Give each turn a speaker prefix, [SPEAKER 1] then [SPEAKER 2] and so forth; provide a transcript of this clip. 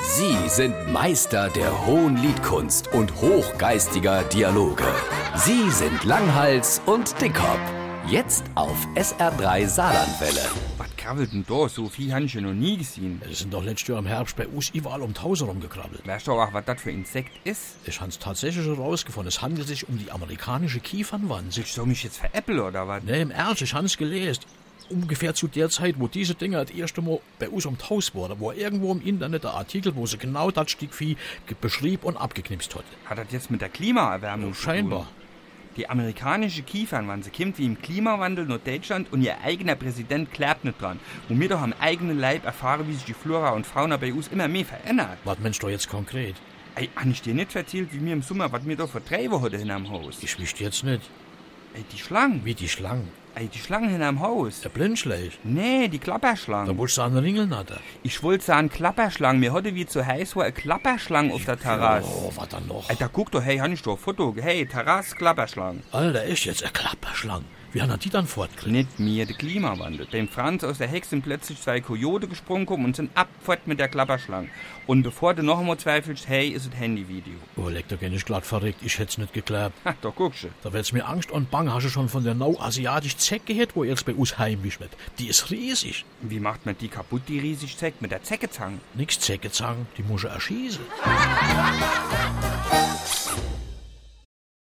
[SPEAKER 1] Sie sind Meister der hohen Liedkunst und hochgeistiger Dialoge. Sie sind Langhals und Dickhop. Jetzt auf SR3 Saarlandwelle.
[SPEAKER 2] Was krabbelt denn da? So viel habe ich ja noch nie gesehen.
[SPEAKER 3] Die sind doch letztes Jahr im Herbst bei uns überall um Tausend rumgekrabbelt.
[SPEAKER 2] Weißt du auch, was das für ein Insekt ist?
[SPEAKER 3] Ich habe es tatsächlich herausgefunden. Es handelt sich um die amerikanische Kiefernwanze.
[SPEAKER 2] Ich soll mich jetzt veräppeln oder was?
[SPEAKER 3] Ne, im Ernst, ich habe es gelesen. Ungefähr zu der Zeit, wo diese Dinger das erste Mal bei uns um Taus wurde, war irgendwo im Internet der Artikel, wo sie genau das Stück Vieh ge- beschrieb und abgeknipst hat.
[SPEAKER 2] Hat das jetzt mit der Klimaerwärmung zu tun?
[SPEAKER 3] Scheinbar.
[SPEAKER 2] Die amerikanische Kiefernwanze kommt wie im Klimawandel nur Deutschland und ihr eigener Präsident klappt nicht dran. Und wir doch am eigenen Leib erfahren, wie sich die Flora und Fauna bei uns immer mehr verändert.
[SPEAKER 3] Was meinst du jetzt konkret?
[SPEAKER 2] Ey, hab ich dir nicht erzählt, wie mir im Sommer, was mir da vor drei Wochen hinterm Haus?
[SPEAKER 3] Ich wüsste jetzt nicht.
[SPEAKER 2] Ey, die Schlangen.
[SPEAKER 3] Wie die Schlange.
[SPEAKER 2] Ey, die Schlangen hinterm Haus.
[SPEAKER 3] Der Blindschleich.
[SPEAKER 2] Nee, die
[SPEAKER 3] Da
[SPEAKER 2] Klapperschlangen.
[SPEAKER 3] musst du an den Ringeln hatte.
[SPEAKER 2] Ich wollte sagen Klapperschlangen. Mir hatte wie zu heiß war eine Klapperschlange auf der Terrasse.
[SPEAKER 3] Oh, was dann noch?
[SPEAKER 2] Alter, guck doch, hey, hab ich doch ein Foto. Hey, Terrasse, Klapperschlangen.
[SPEAKER 3] Alter, ist jetzt eine Klapperschlange. Wie haben die dann fortgekriegt?
[SPEAKER 2] Nicht mir, der Klimawandel. Dem Franz aus der Hex sind plötzlich zwei Kojote gesprungen kommen und sind abfort mit der Klapperschlange. Und bevor du noch einmal zweifelst, hey, ist das Handyvideo.
[SPEAKER 3] Oh, leck, da bin ich glatt verrückt. Ich hätt's nicht geklappt.
[SPEAKER 2] Ha, da guckst du.
[SPEAKER 3] Da wird's mir Angst und Bang. Hast du schon von der neu asiatisch Zecke gehört, wo jetzt bei uns heimisch wird? Die ist riesig.
[SPEAKER 2] Wie macht man die kaputt, die riesig Zeck? Mit der Zeckenzange.
[SPEAKER 3] Nix Zecke sagen, die muss ich erschießen.